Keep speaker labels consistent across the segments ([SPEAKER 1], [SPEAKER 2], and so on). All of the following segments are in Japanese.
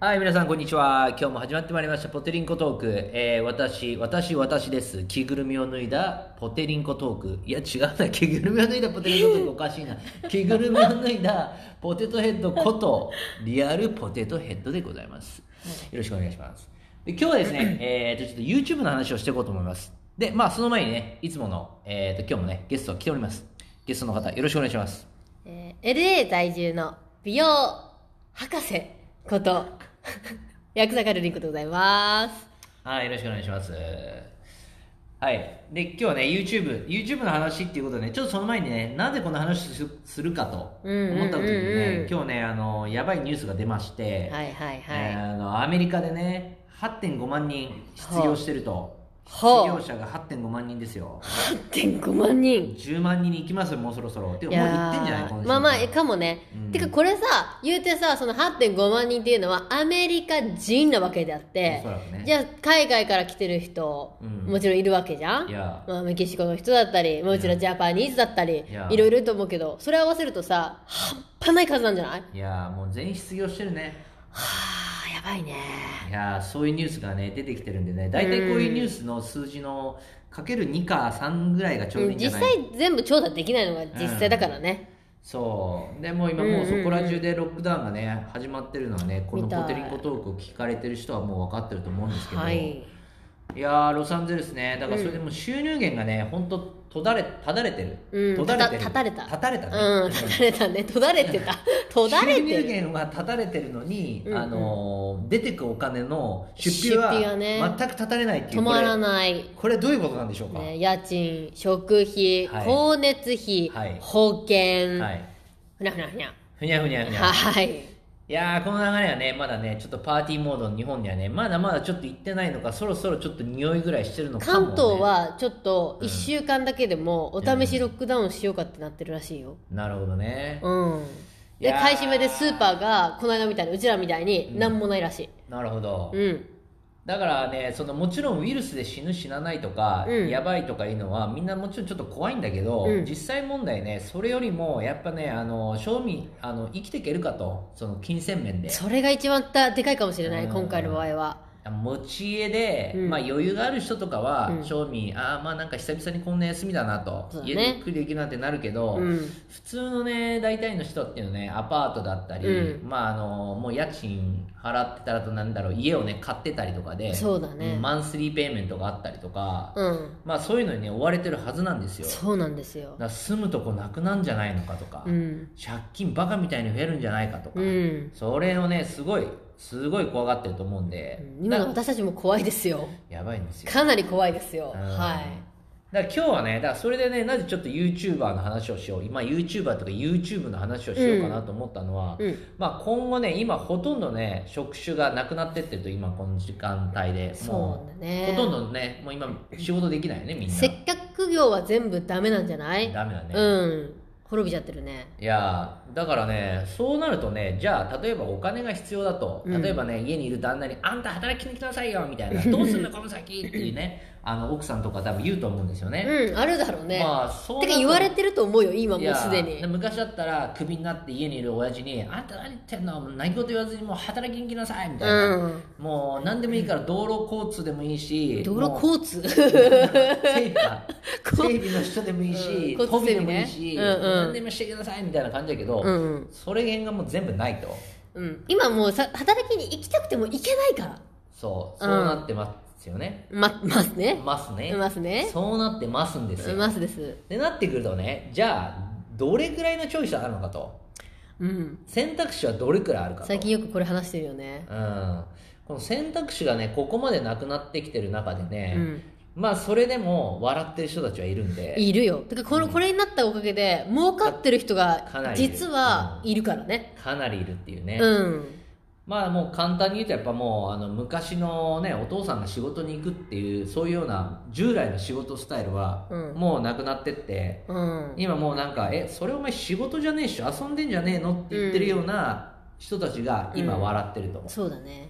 [SPEAKER 1] はい、皆さん、こんにちは。今日も始まってまいりました、ポテリンコトーク。えー、私、私、私です。着ぐるみを脱いだポテリンコトーク。いや、違うな。 着ぐるみを脱いだポテリンコトークおかしいな。着ぐるみを脱いだポテトヘッドこと、リアルポテトヘッドでございます。よろしくお願いします。で今日はですね、えーと、ちょっと YouTube の話をしていこうと思います。で、まあ、その前にね、いつもの、えーと、今日もね、ゲストが来ております。ゲストの方、よろしくお願いします。
[SPEAKER 2] えー LA 在住の美容博士こと、 ヤクザカルリンクでございます。
[SPEAKER 1] はい、よろしくお願いします。はい。で、今日はね、YouTube、YouTube の話っていうことでね、ちょっとその前にね、なぜこの話すするかと
[SPEAKER 2] うんうんうんうん
[SPEAKER 1] 思った時にね、今日ね、あの、やばいニュースが出まして、
[SPEAKER 2] はいはい
[SPEAKER 1] え
[SPEAKER 2] はい。
[SPEAKER 1] ーあの、アメリカでね、8.5万人失業してると。失
[SPEAKER 2] ほう
[SPEAKER 1] 業者が8.5万人ですよ。
[SPEAKER 2] 8.5万人。
[SPEAKER 1] 10万人に行きますよ、もうそろそろ。てか、もう行ってんじゃないこの
[SPEAKER 2] ー
[SPEAKER 1] 人
[SPEAKER 2] まあまあ、かもね。
[SPEAKER 1] うん
[SPEAKER 2] てかこれさ、言うてさ、その8.5万人っていうのはアメリカ人なわけであって
[SPEAKER 1] おそ、らくね。
[SPEAKER 2] じゃあ海外から来てる人、
[SPEAKER 1] うん
[SPEAKER 2] もちろんいるわけじゃん
[SPEAKER 1] いや
[SPEAKER 2] まあ、メキシコの人だったり、もちろんジャパニーズだったり
[SPEAKER 1] いや、
[SPEAKER 2] いろいろいると思うけど、それ合わせるとさ、半端ない数なんじゃない
[SPEAKER 1] いやーもう全員失業してるね。
[SPEAKER 2] はあ、やばいね。
[SPEAKER 1] いやーそういうニュースがね出てきてるんでね大体こういうニュースの数字のかける2か3ぐらいがちょうどいいんじゃ
[SPEAKER 2] 実
[SPEAKER 1] ない
[SPEAKER 2] 際全部調査できないのが実際だからね、
[SPEAKER 1] そうでもう今もうそこら中でロックダウンがね始まってるのはねこの
[SPEAKER 2] 見たい
[SPEAKER 1] ポテリンコトークを聞かれてる人はもう分かってると思うんですけど、
[SPEAKER 2] はい
[SPEAKER 1] いやーロサンゼルスねだからそれでもう収入源がね本当とだれただれてる、
[SPEAKER 2] うん
[SPEAKER 1] とだれてる
[SPEAKER 2] たたれた
[SPEAKER 1] たたれたね、
[SPEAKER 2] うんただれたねとだれてたとだれ
[SPEAKER 1] 収入
[SPEAKER 2] てる
[SPEAKER 1] 源は断たれてるのに、
[SPEAKER 2] うんうん
[SPEAKER 1] あのー出てくお金の出費は
[SPEAKER 2] 出費がね
[SPEAKER 1] 全く断たれないっていう
[SPEAKER 2] 止まら
[SPEAKER 1] こ
[SPEAKER 2] ない
[SPEAKER 1] れ、これどういうことなんでしょうか、
[SPEAKER 2] ね、家賃食費、
[SPEAKER 1] はい
[SPEAKER 2] 光熱費、
[SPEAKER 1] はい
[SPEAKER 2] 保険、
[SPEAKER 1] はい、
[SPEAKER 2] ふなふなふにゃ
[SPEAKER 1] ふにゃふにゃふにゃ
[SPEAKER 2] はい
[SPEAKER 1] いやーこの流れはねまだねちょっとパーティーモードの日本ではねまだまだちょっと行ってないのかそろそろちょっと匂いぐらいしてるのかも、ね、
[SPEAKER 2] 関東はちょっと
[SPEAKER 1] うん
[SPEAKER 2] 1週間だけでもお試しロックダウンしようかってなってるらしいよ
[SPEAKER 1] なるほどね、
[SPEAKER 2] うん
[SPEAKER 1] い
[SPEAKER 2] で
[SPEAKER 1] やー
[SPEAKER 2] 買い占めでスーパーがこの間みたいにうちらみたいに何もないらしい
[SPEAKER 1] なるほど、
[SPEAKER 2] うん
[SPEAKER 1] だからねそのもちろんウイルスで死ぬ死なないとか、
[SPEAKER 2] うん
[SPEAKER 1] やばいとかいうのはみんなもちろんちょっと怖いんだけど、
[SPEAKER 2] うん
[SPEAKER 1] 実際問題ねそれよりもやっぱねあの正味あの生きていけるかとその金銭面で
[SPEAKER 2] それが一番たでかいかもしれない
[SPEAKER 1] うん
[SPEAKER 2] 今回の場合は
[SPEAKER 1] 持ち家で、
[SPEAKER 2] うん
[SPEAKER 1] まあ余裕がある人とかは、
[SPEAKER 2] うん
[SPEAKER 1] 正味ああまあなんか久々にこんな休みだなと
[SPEAKER 2] そうだね
[SPEAKER 1] 家でゆっくりできるなんてなるけど、
[SPEAKER 2] うん
[SPEAKER 1] 普通のね大体の人っていうのはねアパートだったり、
[SPEAKER 2] う
[SPEAKER 1] まああのもう家賃払ってたらとなんだろう家をね買ってたりとかで
[SPEAKER 2] そうだね
[SPEAKER 1] んマンスリーペイメントがあったりとか、
[SPEAKER 2] うん
[SPEAKER 1] まあそういうのにね追われてるはずなんですよだ
[SPEAKER 2] そうなんですよ
[SPEAKER 1] から住むとこなくなんじゃないのかとか、
[SPEAKER 2] うん
[SPEAKER 1] 借金バカみたいに増えるんじゃないかとか、
[SPEAKER 2] うん
[SPEAKER 1] それをねすごいすごい怖がってると思うんで、
[SPEAKER 2] 今
[SPEAKER 1] だ
[SPEAKER 2] の私たちも怖いですよ
[SPEAKER 1] やばいんですよ
[SPEAKER 2] かなり怖いですよ
[SPEAKER 1] うん
[SPEAKER 2] はい
[SPEAKER 1] だから今日はね、だからそれでね、なぜちょっと YouTuber の話をしよう、今 YouTuber とか YouTube の話をしようかなと思ったのは、
[SPEAKER 2] うん
[SPEAKER 1] まあ今後ね、今ほとんどね、職種がなくなってってると、今この時間帯で、
[SPEAKER 2] そう
[SPEAKER 1] も
[SPEAKER 2] だ
[SPEAKER 1] う、
[SPEAKER 2] ね
[SPEAKER 1] ほとんどね、もう今仕事できないよね、みんな。
[SPEAKER 2] 接客業は全部ダメなんじゃない
[SPEAKER 1] ダメだね。
[SPEAKER 2] うん滅びちゃってるね
[SPEAKER 1] いやーだからねそうなるとねじゃあ例えばお金が必要だと
[SPEAKER 2] うん
[SPEAKER 1] 例えばね、家にいる旦那に「あんた働きに来なさいよ」みたいな「どうすんのこの先」っていうねあの奥さんとか多分言うと思うんですよね、
[SPEAKER 2] うんあるだろうね
[SPEAKER 1] まあそう
[SPEAKER 2] て
[SPEAKER 1] なる
[SPEAKER 2] か
[SPEAKER 1] と
[SPEAKER 2] 言われてると思うよ今
[SPEAKER 1] い
[SPEAKER 2] もう
[SPEAKER 1] や
[SPEAKER 2] すでに
[SPEAKER 1] 昔だったらクビになって家にいる親父に「あんた何言ってんのもう何事言わずにもう働きに来なさい」みたいな、
[SPEAKER 2] うん
[SPEAKER 1] もう何でもいいから道路交通でもいいし
[SPEAKER 2] 道路
[SPEAKER 1] 通
[SPEAKER 2] 交通
[SPEAKER 1] 整 備か整備の人でもいいし、
[SPEAKER 2] うん
[SPEAKER 1] 都
[SPEAKER 2] 交
[SPEAKER 1] 民
[SPEAKER 2] 通整
[SPEAKER 1] で
[SPEAKER 2] 備
[SPEAKER 1] もいい
[SPEAKER 2] ね
[SPEAKER 1] し、
[SPEAKER 2] うんうん
[SPEAKER 1] 何でもしてくださいみたいな感じだけど、
[SPEAKER 2] うんうん
[SPEAKER 1] それ辺がもう全部ないと
[SPEAKER 2] うん今もうさ働きに行きたくても行けないから
[SPEAKER 1] そう
[SPEAKER 2] う
[SPEAKER 1] そ
[SPEAKER 2] ん
[SPEAKER 1] うなってますよね、
[SPEAKER 2] まますね
[SPEAKER 1] ますね
[SPEAKER 2] ますね
[SPEAKER 1] そうなってますんですよ、
[SPEAKER 2] ますです
[SPEAKER 1] でなってくるとねじゃあどれぐらいのチョイスがあるのかと
[SPEAKER 2] うん
[SPEAKER 1] 選択肢はどれくらいあるかと
[SPEAKER 2] 最近よくこれ話してるよね
[SPEAKER 1] うん、この選択肢がねここまでなくなってきてる中でね、
[SPEAKER 2] うん
[SPEAKER 1] まあそれでも笑ってる人たちはいるんで
[SPEAKER 2] いるよてかこのこれになったおかげで儲かってる人
[SPEAKER 1] かな
[SPEAKER 2] が
[SPEAKER 1] りいる
[SPEAKER 2] 実はいるからね
[SPEAKER 1] かなりいるっていうね、
[SPEAKER 2] うん
[SPEAKER 1] まあもう簡単に言うとやっぱもうあの昔のねお父さんが仕事に行くっていうそういうような従来の仕事スタイルは
[SPEAKER 2] うん
[SPEAKER 1] もうなくなってって、
[SPEAKER 2] うん
[SPEAKER 1] 今もうなんか「えそれお前仕事じゃねえし遊んでんじゃねえの?」って言ってるような人たちが今笑ってると、
[SPEAKER 2] そうだね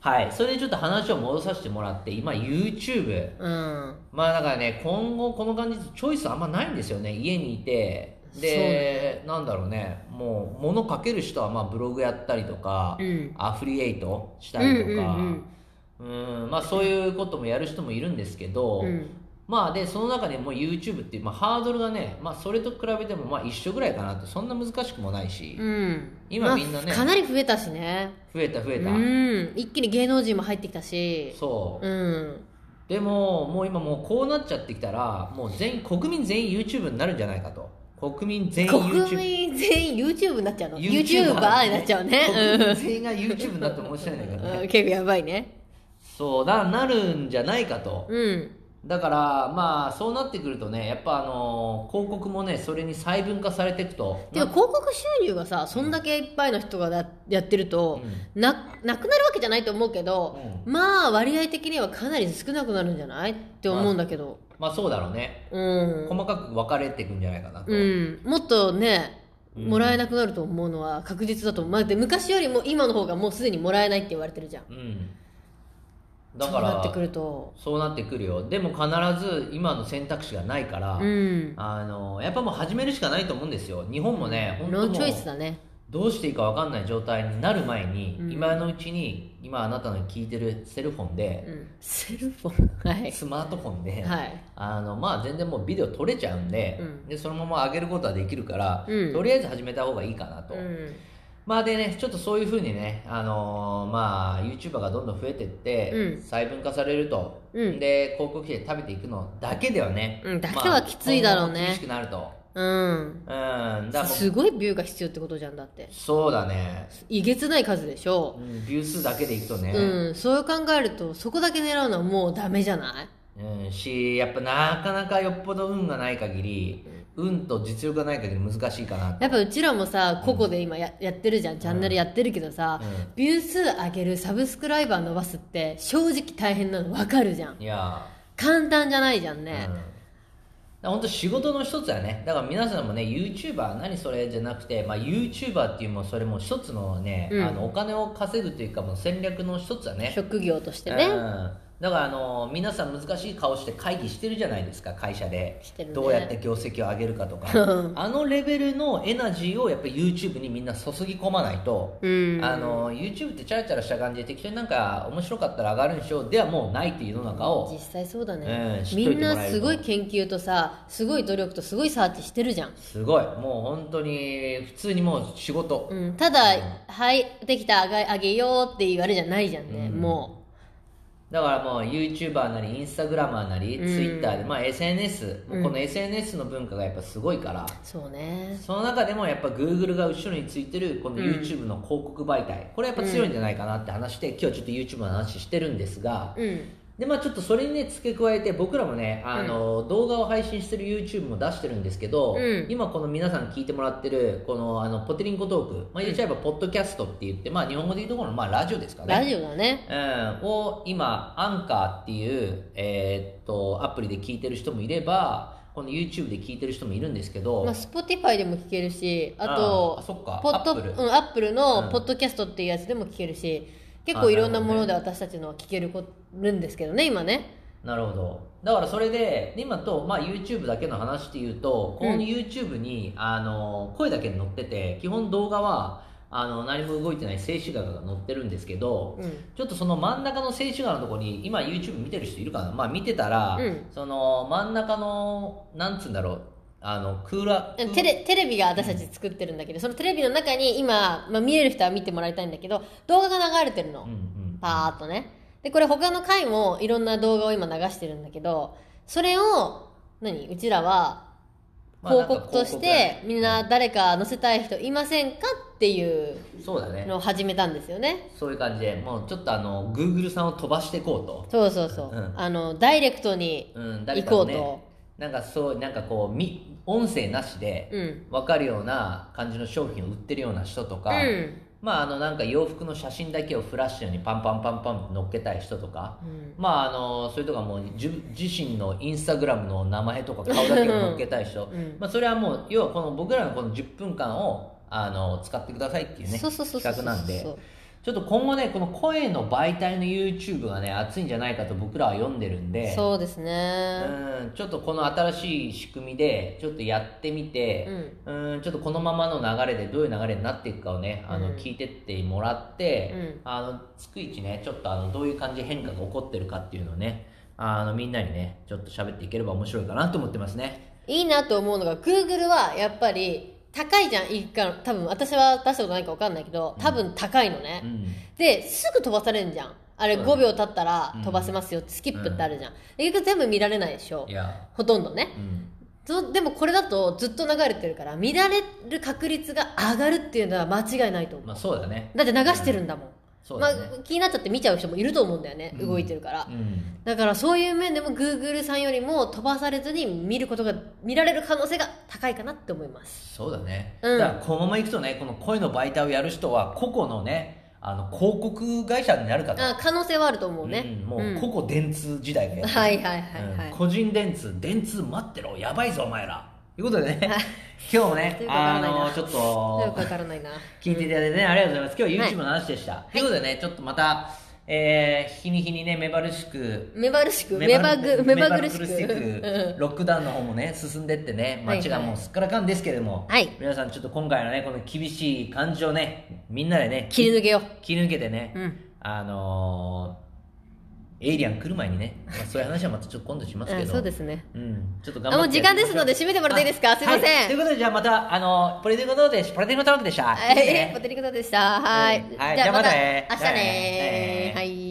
[SPEAKER 1] はいそれでちょっと話を戻させてもらって今 YouTube
[SPEAKER 2] うん。
[SPEAKER 1] まあだからね今後この感じチョイスあんまないんですよね家にいてで、なんだろうねもう物かける人はまあブログやったりとか、
[SPEAKER 2] うん。
[SPEAKER 1] アフリエイトした
[SPEAKER 2] うん
[SPEAKER 1] りとか、
[SPEAKER 2] うん
[SPEAKER 1] うんまあそういうこともやる人もいるんですけど、
[SPEAKER 2] うん。うん。
[SPEAKER 1] まあでその中でもう YouTube っていう、まあ、ハードルがね、まあ、それと比べてもまあ一緒ぐらいかなってそんな難しくもないし、
[SPEAKER 2] うん。
[SPEAKER 1] 今
[SPEAKER 2] まあ
[SPEAKER 1] みんなね
[SPEAKER 2] かなり増えたしね。
[SPEAKER 1] 増えた増えた、
[SPEAKER 2] うん。一気に芸能人も入ってきたし。
[SPEAKER 1] そう、
[SPEAKER 2] うん。
[SPEAKER 1] でももう今もうこうなっちゃってきたらもう全員国民全員 YouTube になるんじゃないかと国民全員 YouTube
[SPEAKER 2] 国民全員 YouTube になっちゃうの
[SPEAKER 1] YouTuber
[SPEAKER 2] ?YouTuber になっちゃうね。
[SPEAKER 1] 国民全員が YouTube になって面白いんだけど
[SPEAKER 2] うん。う
[SPEAKER 1] ね
[SPEAKER 2] ん結構やばいね。
[SPEAKER 1] そうななるんじゃないかと
[SPEAKER 2] うん。
[SPEAKER 1] だからまあそうなってくるとねやっぱあのー広告もねそれに細分化されていくと
[SPEAKER 2] でも広告収入がさそんだけいっぱいの人がだやってると、ななくなるわけじゃないと思うけど、まあ割合的にはかなり少なくなるんじゃないって思うんだけど、
[SPEAKER 1] まあそうだろうね
[SPEAKER 2] うん、
[SPEAKER 1] 細かく分かれていくんじゃないかなと、
[SPEAKER 2] うん、もっとね
[SPEAKER 1] うん
[SPEAKER 2] もらえなくなると思うのは確実だと思う、まあ、で昔よりも今の方がもうすでにもらえないって言われてるじゃん
[SPEAKER 1] うんだから
[SPEAKER 2] そうなってくると
[SPEAKER 1] そうなってくるよでも必ず今の選択肢がないから、
[SPEAKER 2] うん
[SPEAKER 1] あのーやっぱもう始めるしかないと思うんですよ日本もね本
[SPEAKER 2] ノ
[SPEAKER 1] 当
[SPEAKER 2] ー
[SPEAKER 1] も
[SPEAKER 2] チ
[SPEAKER 1] う
[SPEAKER 2] ョイスだね
[SPEAKER 1] どうしていいか分かんない状態になる前に、
[SPEAKER 2] うん
[SPEAKER 1] 今のうちに今あなたの聞いてるセルフォン
[SPEAKER 2] う
[SPEAKER 1] で、
[SPEAKER 2] んセルフォンはい
[SPEAKER 1] スマートフォンで、
[SPEAKER 2] はい
[SPEAKER 1] あのまあ、全然もうビデオ撮れちゃうんで,、
[SPEAKER 2] うん
[SPEAKER 1] でそのまま上げることはできるから、
[SPEAKER 2] うん
[SPEAKER 1] とりあえず始めた方がいいかなと、
[SPEAKER 2] うん
[SPEAKER 1] まあでねちょっとそういうふうにね、あのーまあ、YouTuber がどんどん増えてって、
[SPEAKER 2] うん
[SPEAKER 1] 細分化されると、
[SPEAKER 2] うん
[SPEAKER 1] で広告費で食べていくのだけではね、
[SPEAKER 2] うんだけはきついだろ
[SPEAKER 1] ま
[SPEAKER 2] うね
[SPEAKER 1] あ今後も厳しくなると、
[SPEAKER 2] うん
[SPEAKER 1] うん、だからもう
[SPEAKER 2] すごいビューが必要ってことじゃんだって
[SPEAKER 1] そうだね、
[SPEAKER 2] いげつない数でしょ
[SPEAKER 1] う、ん、ビュー数だけでいくとね、
[SPEAKER 2] うん、そう考えるとそこだけ狙うのはもうダメじゃない
[SPEAKER 1] うん、しやっぱなかなかよっぽど運がない限り運と実力がない限り難しいかなって
[SPEAKER 2] やっぱうちらもさ個々で今や,、やってるじゃんチャンネルやってるけどさ、
[SPEAKER 1] うん
[SPEAKER 2] ビュー数上げるサブスクライバー伸ばすって正直大変なの分かるじゃん
[SPEAKER 1] いや
[SPEAKER 2] 簡単じゃないじゃ
[SPEAKER 1] ー、
[SPEAKER 2] ん
[SPEAKER 1] うん、だ
[SPEAKER 2] ね
[SPEAKER 1] から本当仕事の一つだねだから皆さんもね YouTuber 何それじゃなくて、まあ、YouTuber っていうもうそれも一つのね、
[SPEAKER 2] うん
[SPEAKER 1] あのお金を稼ぐというかもう戦略の一つだね
[SPEAKER 2] 職業として
[SPEAKER 1] う
[SPEAKER 2] ね
[SPEAKER 1] ん、だからあの皆さん難しい顔して会議してるじゃないですか会社で
[SPEAKER 2] してるね
[SPEAKER 1] どうやって業績を上げるかとかあのレベルのエナジーをやっぱ YouTube にみんな注ぎ込まないと
[SPEAKER 2] うん
[SPEAKER 1] あの YouTube ってチャラチャラした感じで適当になんか面白かったら上がるんでしょうではもうないっていう世の中を
[SPEAKER 2] 実際そうだ
[SPEAKER 1] う
[SPEAKER 2] ね
[SPEAKER 1] ん、知っとい
[SPEAKER 2] み
[SPEAKER 1] て
[SPEAKER 2] ん
[SPEAKER 1] もらえると
[SPEAKER 2] なすごい研究とさすごい努力とすごいサーチしてるじゃん、
[SPEAKER 1] すごいもう本当に普通にもう仕事
[SPEAKER 2] うん、ただ「はいできたあげあげよう」って言われじゃないじゃんね、
[SPEAKER 1] うん
[SPEAKER 2] も
[SPEAKER 1] だからもう YouTuber なり Instagramer なり
[SPEAKER 2] うん
[SPEAKER 1] Twitter で、まあ、SNS もうこ
[SPEAKER 2] うん
[SPEAKER 1] の SNS の文化がやっぱすごいから
[SPEAKER 2] うそうね
[SPEAKER 1] その中でもやっぱ Google が後ろについてるこの
[SPEAKER 2] うん
[SPEAKER 1] YouTube の広告媒体、これやっぱ強いんじゃないかなって話して、今日ちょっと YouTube の話してるんですが、
[SPEAKER 2] うん
[SPEAKER 1] でまあちょっとそれにね付け加えて僕らもねあの、動画を配信してる YouTube も出してるんですけど、
[SPEAKER 2] うん
[SPEAKER 1] 今この皆さん聞いてもらってるこのあのポテリンコトーク、まあ、言っちゃえばポッドキャストって言って、まあ日本語で言うところのまあラジオですかね。
[SPEAKER 2] ラジオだね
[SPEAKER 1] うん、を今アンカーっていう、えーっとアプリで聞いてる人もいればこの YouTube で聞いてる人もいるんですけど、
[SPEAKER 2] まあ、Spotify でも聞けるしあと
[SPEAKER 1] あそっか
[SPEAKER 2] ポッド
[SPEAKER 1] Apple
[SPEAKER 2] うん、Apple
[SPEAKER 1] うん
[SPEAKER 2] のポッドキャストっていうやつでも聞けるし結構いろんなもので私たちのは聞けるこるんですけどね今ね
[SPEAKER 1] なるほどだからそれでで今と、まあ、YouTube だけの話っていうとこ
[SPEAKER 2] う
[SPEAKER 1] の
[SPEAKER 2] ん
[SPEAKER 1] YouTube に、あの声だけ載ってて基本動画はあの何も動いてない静止画が載ってるんですけど、
[SPEAKER 2] うん
[SPEAKER 1] ちょっとその真ん中の静止画のところに今 YouTube 見てる人いるかな、まあ、見てたら、
[SPEAKER 2] うん
[SPEAKER 1] その真ん中のなんつうんだろうあのクーラー
[SPEAKER 2] テレテレビが私たち作ってるんだけどそのテレビの中に今、まあ、見える人は見てもらいたいんだけど動画が流れてるの、
[SPEAKER 1] うんうん
[SPEAKER 2] パーッとねでこれ他の回もいろんな動画を今流してるんだけどそれを何うちらは
[SPEAKER 1] まあ
[SPEAKER 2] 広告とし
[SPEAKER 1] なんか広
[SPEAKER 2] て
[SPEAKER 1] 告だね
[SPEAKER 2] みんな誰か載せたい人いませんかっていう
[SPEAKER 1] そうだね
[SPEAKER 2] のを始めたんですよね
[SPEAKER 1] そういう感じでもうちょっとあの Google さんを飛ばしていこうと
[SPEAKER 2] そうそうそう、
[SPEAKER 1] うん
[SPEAKER 2] あのダイレクトに
[SPEAKER 1] うん、誰
[SPEAKER 2] 行
[SPEAKER 1] か
[SPEAKER 2] こ
[SPEAKER 1] の
[SPEAKER 2] う
[SPEAKER 1] ね
[SPEAKER 2] と、
[SPEAKER 1] なんかそうなんかこうみ音声なしで
[SPEAKER 2] うん
[SPEAKER 1] 分かるような感じの商品を売ってるような人とか、
[SPEAKER 2] うん
[SPEAKER 1] まああのなんか洋服の写真だけをフラッシュにパンパンパンパンって乗っけたい人とか、
[SPEAKER 2] うん
[SPEAKER 1] まああのそれとかもう自自身のインスタグラムの名前とか顔だけを乗っけたい人、
[SPEAKER 2] うん
[SPEAKER 1] まあ、それはもう要はこの僕らのこの10分間をあの使ってくださいっていうね
[SPEAKER 2] そうそうそうそう
[SPEAKER 1] 企
[SPEAKER 2] そう
[SPEAKER 1] 画なんで。ちょっと今後ねこの声の媒体の YouTube がね熱いんじゃないかと僕らは読んでるんで
[SPEAKER 2] そうですね
[SPEAKER 1] うんちょっとこの新しい仕組みでちょっとやってみて、うん、ちょっとこのままの流れでどういう流れになっていくかをねあの、
[SPEAKER 2] うん
[SPEAKER 1] 聞いてってもらって、
[SPEAKER 2] うん
[SPEAKER 1] あの逐一ねちょっとあのどういう感じで変化が起こってるかっていうのをねあのみんなにねちょっと喋っていければ面白いかなと思ってますね
[SPEAKER 2] いいなと思うのが Google はやっぱり高いじゃん一貫多分私は出したことないか分かんないけど多分高いのね、
[SPEAKER 1] うん
[SPEAKER 2] ですぐ飛ばされるじゃんあれ
[SPEAKER 1] そうだね
[SPEAKER 2] 5秒経ったら
[SPEAKER 1] うん
[SPEAKER 2] 飛ばせますよってスキップってあるじゃん、結局全部見られないでしょ
[SPEAKER 1] いや
[SPEAKER 2] ほとんどね
[SPEAKER 1] うん
[SPEAKER 2] そでもこれだとずっと流れてるから見られる確率が上がるっていうのは間違いないと思う、
[SPEAKER 1] まあそうだね
[SPEAKER 2] だって流してるんだもん、
[SPEAKER 1] そう
[SPEAKER 2] ま
[SPEAKER 1] だね、
[SPEAKER 2] あ、気になっちゃって見ちゃう人もいると思うんだよね、
[SPEAKER 1] うん
[SPEAKER 2] 動いてるから、
[SPEAKER 1] うん
[SPEAKER 2] だからそういう面でも Google さんよりも飛ばされずに見ることが見られる可能性が高いかなって思います
[SPEAKER 1] そうだね、
[SPEAKER 2] うん
[SPEAKER 1] だからこのままいくとねこの声の媒体をやる人は個々のねあの広告会社になるから
[SPEAKER 2] あ可能性はあると思うね、
[SPEAKER 1] うん、も
[SPEAKER 2] ん
[SPEAKER 1] う個々電通時代がやってる
[SPEAKER 2] はいはいはいはい、
[SPEAKER 1] うん個人電通電通待ってろやばいぞお前らということでね今日もね
[SPEAKER 2] よくわか
[SPEAKER 1] あ
[SPEAKER 2] らないな
[SPEAKER 1] のちょっ
[SPEAKER 2] よく
[SPEAKER 1] と
[SPEAKER 2] わからないな
[SPEAKER 1] 聞いていただいてねありがとうございます今日
[SPEAKER 2] はい
[SPEAKER 1] YouTube の話でした、ということでねちょっとまた、えー日に日にね目晴らしく
[SPEAKER 2] 目ばるしく目ばぐ目
[SPEAKER 1] 目
[SPEAKER 2] ば
[SPEAKER 1] ま
[SPEAKER 2] ぐ
[SPEAKER 1] ぐ
[SPEAKER 2] る
[SPEAKER 1] る
[SPEAKER 2] し
[SPEAKER 1] し
[SPEAKER 2] く
[SPEAKER 1] く
[SPEAKER 2] うん
[SPEAKER 1] ロックダウンの方もね進んでってね街が
[SPEAKER 2] はいはい
[SPEAKER 1] もうすっからかんですけれども、
[SPEAKER 2] はい
[SPEAKER 1] 皆さんちょっと今回のねこの厳しい感じをねみんなでね
[SPEAKER 2] 切り抜けよ
[SPEAKER 1] 切り抜けてね、
[SPEAKER 2] う、うん
[SPEAKER 1] あのーエイリアン来る前にね、まあ、そういう話はまたちょっと今度します
[SPEAKER 2] う
[SPEAKER 1] け
[SPEAKER 2] ん
[SPEAKER 1] ど
[SPEAKER 2] そうですね
[SPEAKER 1] うん、ちょっと頑
[SPEAKER 2] あ
[SPEAKER 1] 張っ
[SPEAKER 2] も
[SPEAKER 1] て
[SPEAKER 2] う時間ですので締めてもらっていいですか
[SPEAKER 1] あ
[SPEAKER 2] すいません、
[SPEAKER 1] はということでじゃあまたあのポリティコトークでしポリティコトークでした、
[SPEAKER 2] はい
[SPEAKER 1] いいね
[SPEAKER 2] ポテリコタでした。はい。
[SPEAKER 1] はいじゃあまたね
[SPEAKER 2] 明日ね。
[SPEAKER 1] じゃあね
[SPEAKER 2] はい。